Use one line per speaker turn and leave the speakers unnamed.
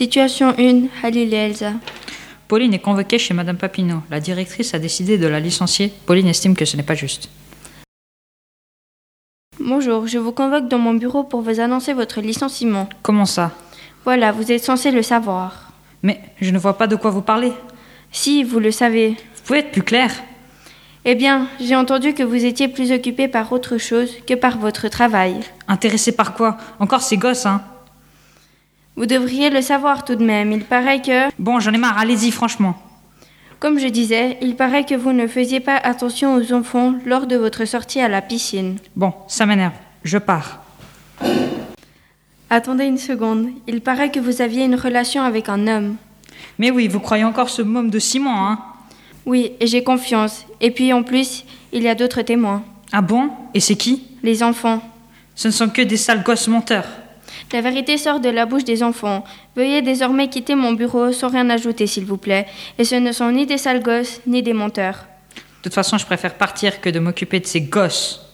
Situation 1, Halil et Elsa.
Pauline est convoquée chez Madame Papineau. La directrice a décidé de la licencier. Pauline estime que ce n'est pas juste.
Bonjour, je vous convoque dans mon bureau pour vous annoncer votre licenciement.
Comment ça
Voilà, vous êtes censé le savoir.
Mais je ne vois pas de quoi vous parlez.
Si, vous le savez.
Vous pouvez être plus clair
Eh bien, j'ai entendu que vous étiez plus occupé par autre chose que par votre travail.
Intéressé par quoi Encore ces gosses, hein
Vous devriez le savoir tout de même. Il paraît que,
Bon, j'en ai marre, allez-y, franchement.
comme je disais, il paraît que vous ne faisiez pas attention aux enfants lors de votre sortie à la piscine.
Bon, ça m'énerve. Je pars.
Attendez une seconde. Il paraît que vous aviez une relation avec un homme.
Mais oui, vous croyez encore ce môme de Simon, hein
Oui, et j'ai confiance. Et puis en plus, il y a d'autres témoins.
Ah bon Et c'est qui
Les enfants.
Ce ne sont que des sales gosses menteurs.
La vérité sort de la bouche des enfants. Veuillez désormais quitter mon bureau sans rien ajouter, s'il vous plaît. Et ce ne sont ni des sales gosses, ni des menteurs.
De toute façon, je préfère partir que de m'occuper de ces gosses.